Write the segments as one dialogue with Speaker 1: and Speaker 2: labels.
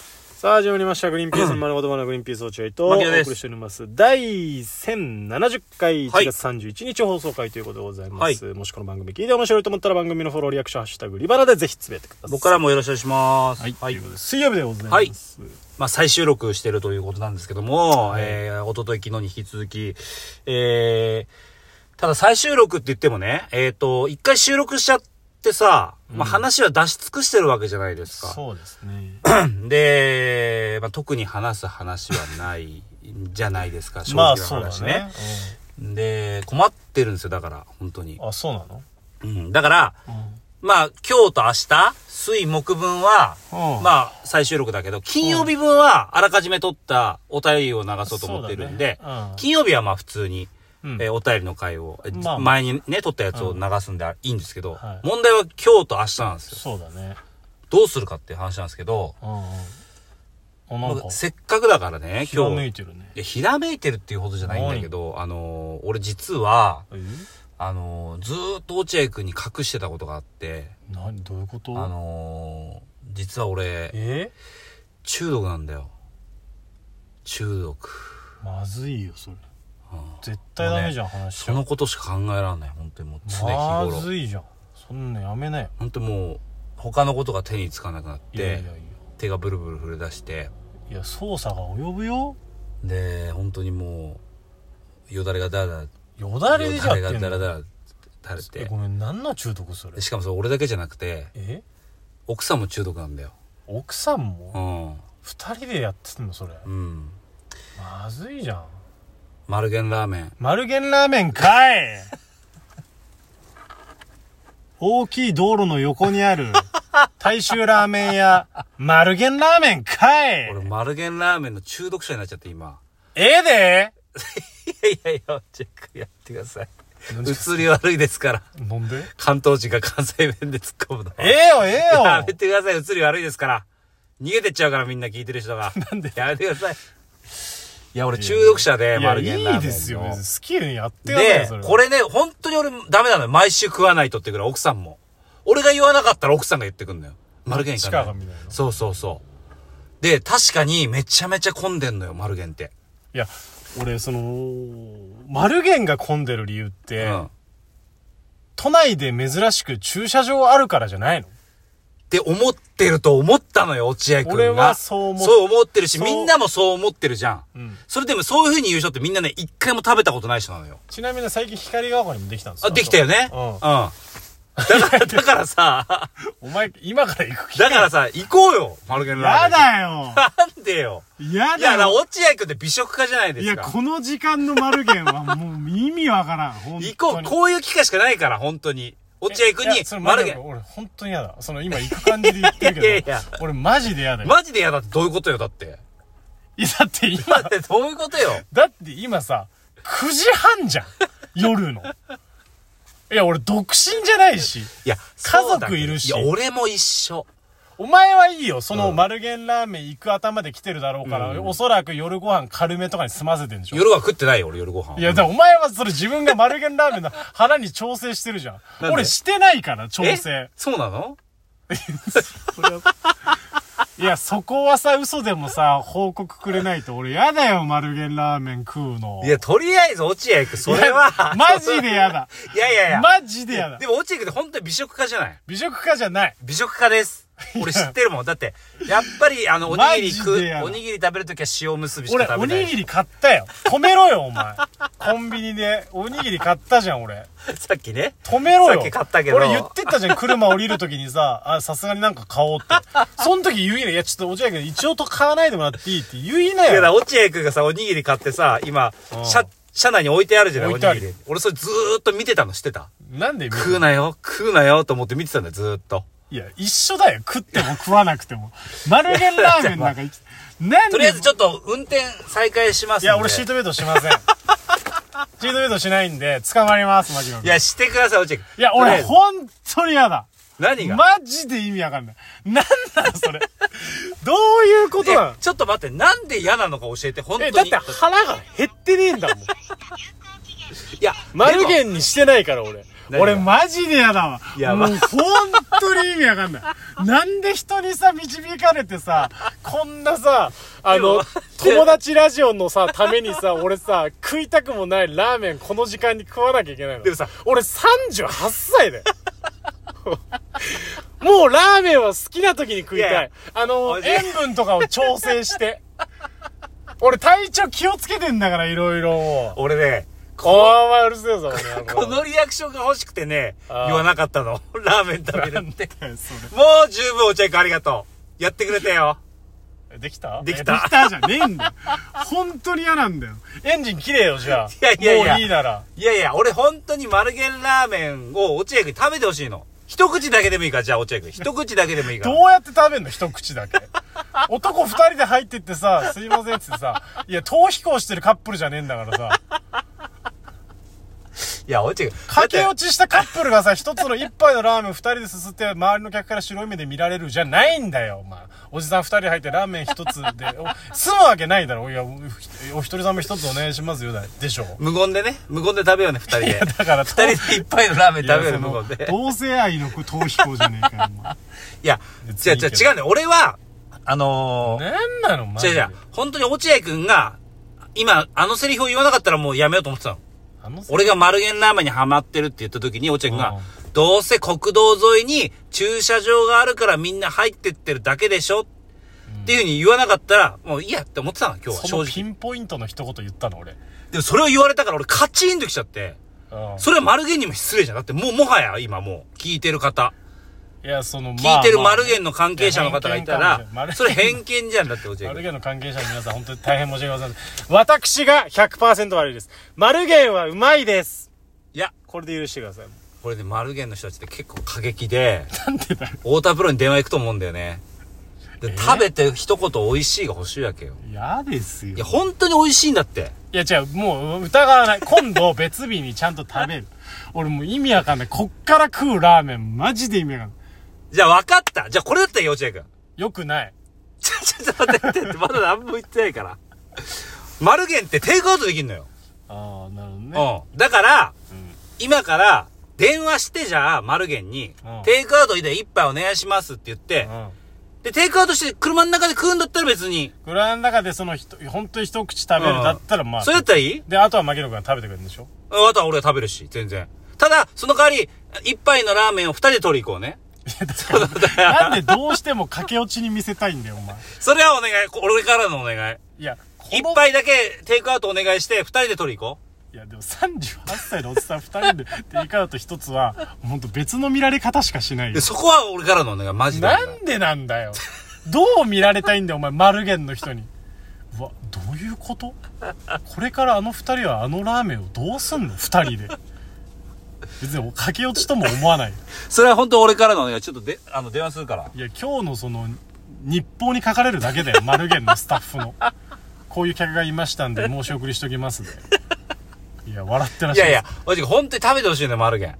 Speaker 1: さあ始まりました「グリーンピース の丸ごとバナグリーンピース落合」とお
Speaker 2: 牧野です
Speaker 1: 送りしております第1070回
Speaker 2: は
Speaker 1: 1
Speaker 2: い
Speaker 1: 月31日放送回ということでございます、もしこの番組聞いて面白いと思ったら番組のフォローリアクション「ハッシュタグリバナ」でぜひつぶやいてください
Speaker 2: 僕からもよろしくお願いします。
Speaker 1: はい、
Speaker 2: は
Speaker 1: と
Speaker 2: い。
Speaker 1: いうことで水曜日でございます、
Speaker 2: まあ、再収録してるということなんですけども、えー、おととい昨日に引き続き、えー、ただ再収録って言ってもね、えっ、と、一回収録しちゃってさ、
Speaker 1: うん
Speaker 2: まあ、話は出し尽くしてるわけじゃないですか。
Speaker 1: そうですね
Speaker 2: で、まあ、特に話す話はない、じゃないですか、正
Speaker 1: ま
Speaker 2: 直
Speaker 1: あ
Speaker 2: な
Speaker 1: そうだ
Speaker 2: 話
Speaker 1: ね
Speaker 2: ね。で、困ってるんですよ、だから、本当に
Speaker 1: うん。あそうなの、
Speaker 2: うん。だから、まあ、今日と明日、水木分は、
Speaker 1: うんあ
Speaker 2: まあ、最終録だけど、金曜日分は、あらかじめ撮ったお便りを流そうと思ってるんで、
Speaker 1: そうだねうん
Speaker 2: 金曜日はまあ普通に、
Speaker 1: うん
Speaker 2: えーお便りの回を、え
Speaker 1: まあ
Speaker 2: 前にね、撮ったやつを流すんでいいんですけど、
Speaker 1: はい
Speaker 2: 問題は今日と明日なんですよ。
Speaker 1: そうだね
Speaker 2: どうするかっていう話なんですけど、
Speaker 1: うんうんあなんか
Speaker 2: まあせっかくだからね、
Speaker 1: ひら
Speaker 2: 今
Speaker 1: め
Speaker 2: 日
Speaker 1: い、てるね
Speaker 2: いやひらめいてるっていうほどじゃないんだけど、あのー俺実は、
Speaker 1: え
Speaker 2: あのーずーっと落合くんに隠してたことがあって、
Speaker 1: 何どういうこと
Speaker 2: あのー実は俺、
Speaker 1: え
Speaker 2: 中毒なんだよ中毒
Speaker 1: まずいよそれ
Speaker 2: うん
Speaker 1: 絶対ダメじゃん、話しち
Speaker 2: そ
Speaker 1: ゃ
Speaker 2: のことしか考えられない本当にもう常日
Speaker 1: ま
Speaker 2: 頃
Speaker 1: ずいじゃんそんなやめなよ
Speaker 2: 本当にもう他のことが手につかなくなっ
Speaker 1: いやいや
Speaker 2: て
Speaker 1: いや
Speaker 2: 手がブルブル震え出して
Speaker 1: いや捜査が及ぶよ
Speaker 2: で本当にもうよだれがだらだら
Speaker 1: よだれで
Speaker 2: よ
Speaker 1: じゃ
Speaker 2: だ
Speaker 1: っ
Speaker 2: れが
Speaker 1: てん
Speaker 2: だら
Speaker 1: の
Speaker 2: だら垂
Speaker 1: え
Speaker 2: れ
Speaker 1: ごめん何の中毒それ
Speaker 2: てしかもそれ俺だけじゃなくて
Speaker 1: え
Speaker 2: 奥さんも中毒なんだよ
Speaker 1: 奥さんも
Speaker 2: うん
Speaker 1: 二人でやってんのそれ
Speaker 2: うん
Speaker 1: まずいじゃん
Speaker 2: マルゲンラーメン
Speaker 1: 丸源ラーメンか い大きい道路の横にある大衆ラーメン屋丸源ラーメンかい
Speaker 2: 俺マルゲンラーメンの中毒者になっちゃって今
Speaker 1: ええで
Speaker 2: いやいやいやチェックやってください移り悪いですから
Speaker 1: なんで
Speaker 2: 関東人が関西弁で突っ込むの。
Speaker 1: ええよええよ
Speaker 2: やめてください。移り悪いですから。逃げてっちゃうからみんな聞いてる 人が。なんでやめてください。いや、俺中毒者で、
Speaker 1: いや
Speaker 2: 丸源ラーメ
Speaker 1: いい
Speaker 2: ンの
Speaker 1: ですよ別に好きにやってよ
Speaker 2: で、こ
Speaker 1: れ
Speaker 2: れね、本当に俺ダメなのよ。毎週食わないとってくらい、奥さんも。俺が言わなかったら奥さんが言ってくんのよ。丸源行か
Speaker 1: ど
Speaker 2: な
Speaker 1: っちかが
Speaker 2: い
Speaker 1: みたいな
Speaker 2: そうそうそう。で、確かにめちゃめちゃ混んでんのよ、丸源って。
Speaker 1: いや俺その丸源が混んでる理由って、
Speaker 2: うん。
Speaker 1: 都内で珍しく駐車場あるからじゃないの
Speaker 2: って思ってると思ったのよ、落合君が。
Speaker 1: 俺はそう思っ
Speaker 2: そう思ってるし、
Speaker 1: そう
Speaker 2: みんなもそう思ってるじゃん。
Speaker 1: うん
Speaker 2: それでもそういう風に言う人ってみんなね、一回も食べたことない人なのよ。
Speaker 1: ちなみに最近光が丘にもできたんですよ
Speaker 2: あ、できたよね。
Speaker 1: うん
Speaker 2: だから、だからさ、
Speaker 1: お前今から行く気
Speaker 2: だからさ、行こうよ、マルゲンラーメン。
Speaker 1: だ
Speaker 2: なんでよ。
Speaker 1: よや
Speaker 2: いや、だから落合君って美食家じゃないですか。
Speaker 1: の時間の丸源はもう意味わからん本
Speaker 2: 行こう。こういう機会しかないから、本当に。落合君
Speaker 1: い
Speaker 2: に
Speaker 1: やそれ、
Speaker 2: マル
Speaker 1: 丸
Speaker 2: ゲ
Speaker 1: 源
Speaker 2: ン。
Speaker 1: 俺本当に嫌だその今行く感じで言ってるけど
Speaker 2: いやいや
Speaker 1: 俺マジで嫌だよ、
Speaker 2: マジで嫌だってどういうことよ、だって。
Speaker 1: いやだって今
Speaker 2: だってどういうことよ。
Speaker 1: だって今さ、9時半じゃん。夜の。いや、俺独身じゃないし。
Speaker 2: いや、
Speaker 1: 家族
Speaker 2: そうだけど
Speaker 1: いるし
Speaker 2: いや、俺も一緒。
Speaker 1: お前はいいよ。その
Speaker 2: うん
Speaker 1: 丸源ラーメン行く頭で来てるだろうから、おそらく夜ご飯軽めとかに済ませてんでしょ。
Speaker 2: 夜は食ってないよ、俺夜ご飯。
Speaker 1: いや、だからお前はそれ自分が丸源ラーメンの腹に調整してるじゃん。
Speaker 2: なんで
Speaker 1: 俺してないから、調
Speaker 2: え
Speaker 1: 整。
Speaker 2: そうなの
Speaker 1: いや、そこはさ、嘘でもさ、報告くれないと俺やだよ、丸源ラーメン食うの。
Speaker 2: いや、とりあえず落合君、それは。
Speaker 1: マジでやだ。
Speaker 2: いやいやいや。
Speaker 1: マジでやだ
Speaker 2: で。も落合君って本当に美食家じゃない
Speaker 1: 美食家じゃない。
Speaker 2: 美食家です。俺知ってるもん。だって、やっぱり、あの、おにぎり食
Speaker 1: マ
Speaker 2: う
Speaker 1: ジでや、だ
Speaker 2: おにぎり食べるときは塩結びしか
Speaker 1: 俺、
Speaker 2: 食
Speaker 1: お
Speaker 2: べない。
Speaker 1: にぎり買ったよ。止めろよ、お前。コンビニで、おにぎり買ったじゃん、俺。
Speaker 2: さっきね。
Speaker 1: 止めろよ。
Speaker 2: さっき買ったけど
Speaker 1: 俺言ってたじゃん、車降りるときにさ、あ、さすがになんか買おうって。その時言いなよ。いや、ちょっとおじやけど、一応と買わないでもらっていいって言いない
Speaker 2: や、だから
Speaker 1: よ。
Speaker 2: 落合君がさ、おにぎり買ってさ、今
Speaker 1: う、ん
Speaker 2: 車、車内に置いてあるじゃない、お
Speaker 1: 置い
Speaker 2: に
Speaker 1: てある
Speaker 2: ぎり。俺それずーっと見てたの知ってた。
Speaker 1: なんで見る
Speaker 2: 食うなよ、食うなよ、と思って見てたんだよ、ずーっと。
Speaker 1: いや、一緒だよ。食っても食わなくても。丸源ラーメンなんか生きて、なんで
Speaker 2: とりあえずちょっと、運転再開しま
Speaker 1: い
Speaker 2: すんで。
Speaker 1: や、俺シートベルトし ません。シートベルトしないんで、捕まります、マジ
Speaker 2: い
Speaker 1: で。
Speaker 2: や、してください、落合君。
Speaker 1: いや、
Speaker 2: とりあえ
Speaker 1: 俺、
Speaker 2: ず
Speaker 1: 本当に嫌だ。
Speaker 2: 何が
Speaker 1: マジで意味わかんない。なんなのそれ。どういうことなの
Speaker 2: えちょっと待って、なんで嫌なのか教えて、本当
Speaker 1: え、
Speaker 2: に。
Speaker 1: だって腹が減ってねえんだもん。
Speaker 2: いや、
Speaker 1: 丸
Speaker 2: でも
Speaker 1: 源にしてないから俺。
Speaker 2: 何が
Speaker 1: 俺マジで嫌だわ。
Speaker 2: やば
Speaker 1: もう本当に意味わかんない。なんで人にさ、導かれてさ、こんなさ、あ
Speaker 2: で
Speaker 1: の
Speaker 2: も、
Speaker 1: 友達ラジオのさ、ためにさ、俺さ、食いたくもないラーメンこの時間に食わなきゃいけないの。
Speaker 2: でもさ、
Speaker 1: 俺38歳だよ。もうラーメンは好きな時に食いたい。
Speaker 2: いやいや
Speaker 1: あの、
Speaker 2: マジで
Speaker 1: 塩分とかを調整して。俺体調気をつけてんだから、いろいろもう。
Speaker 2: 俺ね、
Speaker 1: このままうるせえぞ、お前
Speaker 2: このリアクションが欲しくてね、言
Speaker 1: あー
Speaker 2: わなかったの。 ラーメン食べるんで。
Speaker 1: それ
Speaker 2: もう十分お茶行くありがとう。やってくれたよ。
Speaker 1: できた
Speaker 2: できた
Speaker 1: できたじゃねえ んだよ。本当に嫌なんだよ。エンジン切れよ、じゃあ。
Speaker 2: いやいやいや
Speaker 1: もういいなら。
Speaker 2: いやいや、俺本当に丸源ラーメンを落合君に食べてほしいの。一口だけでもいいから、じゃあ落合君。一口だけでもいいか
Speaker 1: どう
Speaker 2: ら。
Speaker 1: やって食べんの一口だけ。男二人で入ってってさ、すいませんっつってさ、いや、逃避行してるカップルじゃねえんだからさ、
Speaker 2: いや、落合君。
Speaker 1: 駆け
Speaker 2: だっ
Speaker 1: 落ちしたカップルがさ、一つの一杯のラーメン二人ですすって、周りの客から白い目で見られるじゃないんだよ、お前。おじさん二人入ってラーメン一つで、お済むわけないだろ。いや、おお一人様一つお願いしますよ、だでしょ。
Speaker 2: て無言でね、無言で食べようね、二人で。
Speaker 1: だから、
Speaker 2: 二人でいっぱいのラーメン
Speaker 1: いや
Speaker 2: 食べようね、
Speaker 1: そ
Speaker 2: 無
Speaker 1: の
Speaker 2: 言で。
Speaker 1: 同性愛の逃避行じゃねえかよ、お前。
Speaker 2: いや、
Speaker 1: 別
Speaker 2: 違う
Speaker 1: にいい
Speaker 2: 違う
Speaker 1: けど
Speaker 2: 違うね。俺は、あのー、
Speaker 1: なんなのマ
Speaker 2: 違う違う、本当に落合君が、今、あのセリフを言わなかったらもうやめようと思ってたの。
Speaker 1: あの
Speaker 2: 俺が丸源ラーメンにハマってるって言った時に、落合君
Speaker 1: う
Speaker 2: が
Speaker 1: ん、
Speaker 2: どうせ国道沿いに駐車場があるからみんな入ってってるだけでしょっていうふうに言わなかったら、もういいやって思ってたの、今日は
Speaker 1: そ
Speaker 2: 正
Speaker 1: の
Speaker 2: 直
Speaker 1: ピ。ンポイントの一言言ったの俺、
Speaker 2: でもそれを言われたから俺カチンときちゃって、
Speaker 1: うん
Speaker 2: それは丸源にも失礼じゃん。だってもうもはや今もう聞いてる方、
Speaker 1: いやその
Speaker 2: 聞いてる丸源の関係者の方がいた
Speaker 1: いや偏見かもしれ
Speaker 2: ら
Speaker 1: ない、
Speaker 2: それ偏見じゃんだって落合
Speaker 1: マル
Speaker 2: 君。
Speaker 1: ゲンの関係者の皆さん、本当に大変申し訳ございません。私が100%悪いです。マルゲンはうまいです。
Speaker 2: いや、
Speaker 1: これで許してください。
Speaker 2: これね、丸源の人たちって結構過激で、
Speaker 1: なんでだよ。
Speaker 2: 太田プロに電話行くと思うんだよね。で、
Speaker 1: え
Speaker 2: 食べて一言美味しいが欲しいわけよ。
Speaker 1: 嫌ですよ
Speaker 2: いや、本当に美味しいんだって。
Speaker 1: いや、違う、もう疑わない。今度別日にちゃんと食 べる。俺もう意味わかんない。こっから食うラーメン、マジで意味わかんない。
Speaker 2: じゃあ分かった。じゃあこれだったら幼稚園君。
Speaker 1: よくない。
Speaker 2: ちょ、ちょっと待って待って、まだ何も言ってないから。マルゲンってテイクアウトできんのよ。
Speaker 1: ああ、なるほどね。
Speaker 2: うん。だから、
Speaker 1: うん
Speaker 2: 今から、電話してじゃあ、マルゲンに
Speaker 1: うん、
Speaker 2: テイクアウトで一杯お願いしますって言って、
Speaker 1: うん
Speaker 2: で、テイクアウトして車の中で食うんだったら別に、
Speaker 1: 蔵の中でそのひと本当に一口食べるだったらまあ、
Speaker 2: それだったらいい
Speaker 1: であとは牧野君が食べてくれるんでしょ
Speaker 2: うんあとは俺は食べるし、全然。ただ、その代わり、一杯のラーメンを二人で取り行こうね。
Speaker 1: なんでどうしても駆け落ちに見せたいんだよお前
Speaker 2: それはお願い。こ俺からのお願い。
Speaker 1: いや
Speaker 2: 一
Speaker 1: この
Speaker 2: 杯だけテイクアウトお願いして、二人で取り行こ。
Speaker 1: いやでも38歳のおっさん2人でテイクアウト1つは本当別の見られ方しかしないうよ
Speaker 2: で、そこは俺からのお願い、マジでお願。
Speaker 1: ないんでなんだよどう見られたいんだよお前丸源の人にうわどういうことこれからあの2人はあのラーメンをどうすんの2人で別に駆け落ちとも思わない
Speaker 2: それは本当俺からのお願い。ちょっとで、あの、電話するから。
Speaker 1: いや今日のその日報に書かれるだけだよ 丸源のスタッフのこういう客がいましたんで申し送りしときますでいや笑ってらっ
Speaker 2: い
Speaker 1: しゃ
Speaker 2: や
Speaker 1: る
Speaker 2: いや、マジで本当に食べてほしいね、丸源。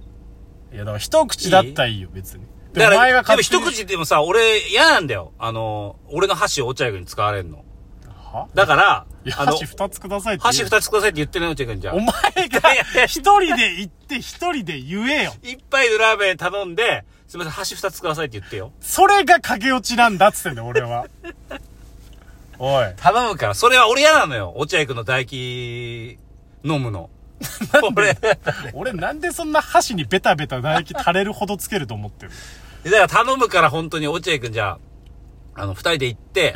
Speaker 1: いやだから一口だったらいいよ別に
Speaker 2: だか
Speaker 1: お前
Speaker 2: ら、でも
Speaker 1: 勝手
Speaker 2: 一
Speaker 1: に
Speaker 2: 口でもさ、俺嫌なんだよ。あの、俺の箸を落合君に使われんの。
Speaker 1: は
Speaker 2: だから
Speaker 1: いや、
Speaker 2: あの
Speaker 1: 箸、二つくださいって言う
Speaker 2: 箸二つくださいって言ってね、落合君じゃ
Speaker 1: お
Speaker 2: ん。
Speaker 1: 前
Speaker 2: いやい
Speaker 1: が
Speaker 2: や
Speaker 1: 一人で行って一人で言えよ
Speaker 2: 一杯のラーメン頼んで、すみません、箸二つくださいって言ってよ。
Speaker 1: それが駆け落ちなんだっつってんだよ俺はおい
Speaker 2: 頼むから、それは俺嫌なのよ。落合君の唾液、飲む の。俺、だか
Speaker 1: 俺なんでそんな箸にベタベタ唾液垂れるほどつけると思ってる
Speaker 2: ら頼むから本当に落合君じゃあ、あの、二人で 行って、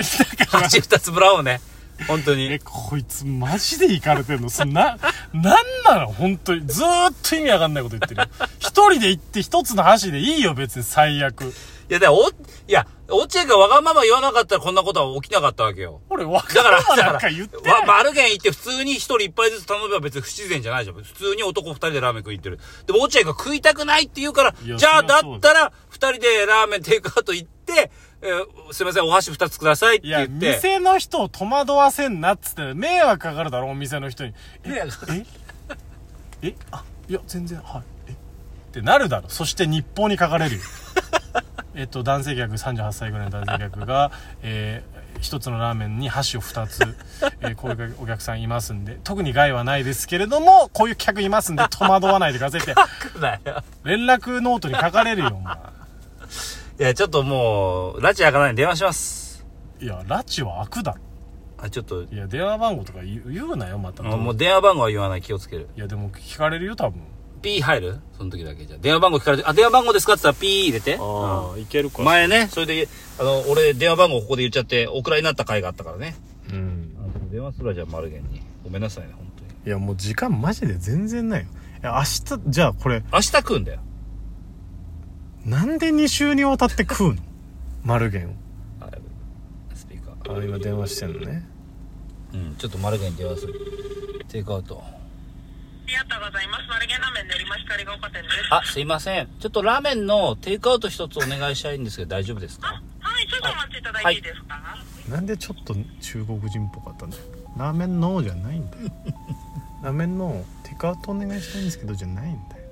Speaker 2: 箸二つもらおうね。本当
Speaker 1: え、
Speaker 2: に。
Speaker 1: こいつマジでイかれてんのそんな、なんなの本当に。ずーっと意味わかんないこと言ってるよ。一人で行って一つの箸でいいよ、別に最悪。
Speaker 2: いや、だから、お、いや、落合君がわがまま言わなかったらこんなことは起きなかったわけよ。
Speaker 1: 俺、わか
Speaker 2: だからら、だ
Speaker 1: な
Speaker 2: か
Speaker 1: ん
Speaker 2: ら
Speaker 1: か言ってない。、
Speaker 2: わ丸源行って普通に一人一杯ずつ頼めば別に不自然じゃないじゃん。普通に男二人でラーメン食いに行ってる。でも落合が食いたくないって言うから、
Speaker 1: いや
Speaker 2: じゃあ
Speaker 1: そりゃ
Speaker 2: だ
Speaker 1: そう
Speaker 2: ったら二人でラーメンテイクアウト行って、えーすいません、お箸二つくださいって
Speaker 1: い
Speaker 2: 言っ
Speaker 1: や、
Speaker 2: て。
Speaker 1: 店の人を戸惑わせんなっつって、迷惑かかるだろ、お店の人に。
Speaker 2: いや
Speaker 1: えええあ、いや、全然、はい。えってなるだろ。そして日報に書かれるよ。えっと、男性客38歳ぐらいの男性客が、えー一つのラーメンに箸を2つ、えーこういうお客さんいますんで特に害はないですけれどもこういう客いますんで戸惑わないでくださいって
Speaker 2: だよ。
Speaker 1: 連絡ノートに書かれるよお前
Speaker 2: いや、ちょっともう、ラチ開かないんで電話します。
Speaker 1: いや拉致は開くだろ
Speaker 2: あ、ちょっと、
Speaker 1: いや電話番号とか言う言うなよまた、
Speaker 2: もう電話番号は言わない、気をつける。
Speaker 1: いやでも聞かれるよ多分
Speaker 2: P 入るその時だけじゃあ。電話番号聞かれて、あ、電話番号ですかって言ったら P 入れて。
Speaker 1: ああ、いける
Speaker 2: う
Speaker 1: か
Speaker 2: ん前ね、それで、あの、俺、電話番号ここで言っちゃって、お蔵になった回があったからね。
Speaker 1: うん
Speaker 2: 電話すらじゃ丸源に。ごめんなさいね、本当に。
Speaker 1: いやもう時間マジで全然ないよいや明日じゃあこれ
Speaker 2: 明日食うんだよ。
Speaker 1: なんで2週にわたって食うの 丸源
Speaker 2: スピーカ
Speaker 1: をあ今電話してんのね
Speaker 2: うん、ちょっと丸源に電話する。テイクアウト。
Speaker 3: ありがとうございます。丸源ラーメン練馬光が丘店です。
Speaker 2: あ、すいません。ちょっとラーメンのテイクアウト一つお願いしたいんですけど、大丈夫ですか
Speaker 3: はい、ちょっとお待ちいただいていいですか、
Speaker 1: なんでちょっと中国人っぽかったんだよラーメンのじゃないんだよ ラーメンのテイクアウトお願いしたいんですけどじゃないんだよ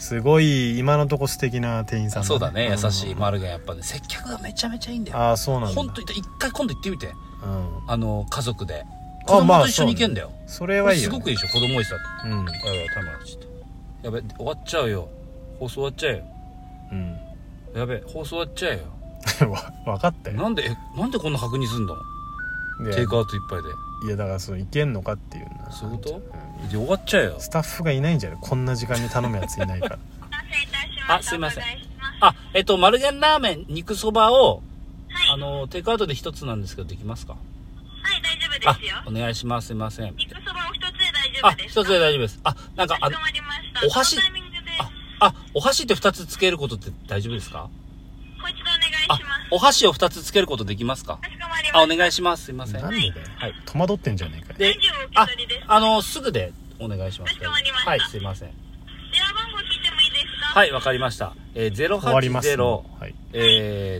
Speaker 1: すごい今のとこ素敵な店員さん
Speaker 2: そうだね、優しい
Speaker 1: うん
Speaker 2: 丸源。やっぱね、接客がめちゃめちゃいいんだよ。
Speaker 1: ああそうなんだ
Speaker 2: 本当に、一回今度行ってみて。
Speaker 1: うん
Speaker 2: あの、家族で。子
Speaker 1: あま
Speaker 2: 供
Speaker 1: あ
Speaker 2: と一緒に行けんだよ。
Speaker 1: それはいい
Speaker 2: す
Speaker 1: よ、
Speaker 2: ごくいいでしょ、子供いいさ。
Speaker 1: うん
Speaker 2: やばい、タイマー鳴っちゃった。やべ、終わっちゃうよ。放送終わっちゃうよ。
Speaker 1: うん
Speaker 2: やべ、放送終わっちゃうよ。
Speaker 1: わ分かったよ
Speaker 2: なんで、え、なんでこんな確認すんの
Speaker 1: で
Speaker 2: テイクアウトいっぱいで。
Speaker 1: いやだからそのいけんのかっていうな
Speaker 2: そういうこと
Speaker 1: ん
Speaker 2: で、終わっちゃうよ。
Speaker 1: スタッフがいないんじゃないこんな時間に頼むやついないから
Speaker 3: お待たせいたし
Speaker 2: ましたあすいませんお願あ、えっと、丸源ラーメン、肉そばを、あの、テイクアウトで一つなんですけど、できますか
Speaker 3: はい、大丈夫
Speaker 2: あ
Speaker 3: ですよ、。
Speaker 2: お願いします。すいません。
Speaker 3: 肉そばお一つで大丈
Speaker 2: あ
Speaker 3: 夫、です
Speaker 2: 一つで大丈夫です。あ、なんか、あ
Speaker 3: かしこまりました。
Speaker 2: お箸
Speaker 3: このタイミングで、
Speaker 2: あ、あ、お箸って二つつけることって大丈夫ですか
Speaker 3: こいつでお願い
Speaker 2: あ
Speaker 3: します。、
Speaker 2: お箸を二つつけることできますか
Speaker 3: かしこまり
Speaker 2: あ、お
Speaker 3: ました。
Speaker 2: 願いします。すいません。
Speaker 1: なん
Speaker 2: は
Speaker 1: で
Speaker 2: い。
Speaker 1: だよ戸惑ってんじゃねえかよ
Speaker 2: で
Speaker 3: ラジオをお
Speaker 2: あ
Speaker 3: 受け取りです。
Speaker 2: あの、すぐでお願いします。
Speaker 3: かしこまりました
Speaker 2: はい、すいません。
Speaker 3: 電話番号聞いてもいいですか
Speaker 2: はい、わかりました。えー、
Speaker 1: 終わります
Speaker 2: 080、
Speaker 1: はい
Speaker 2: え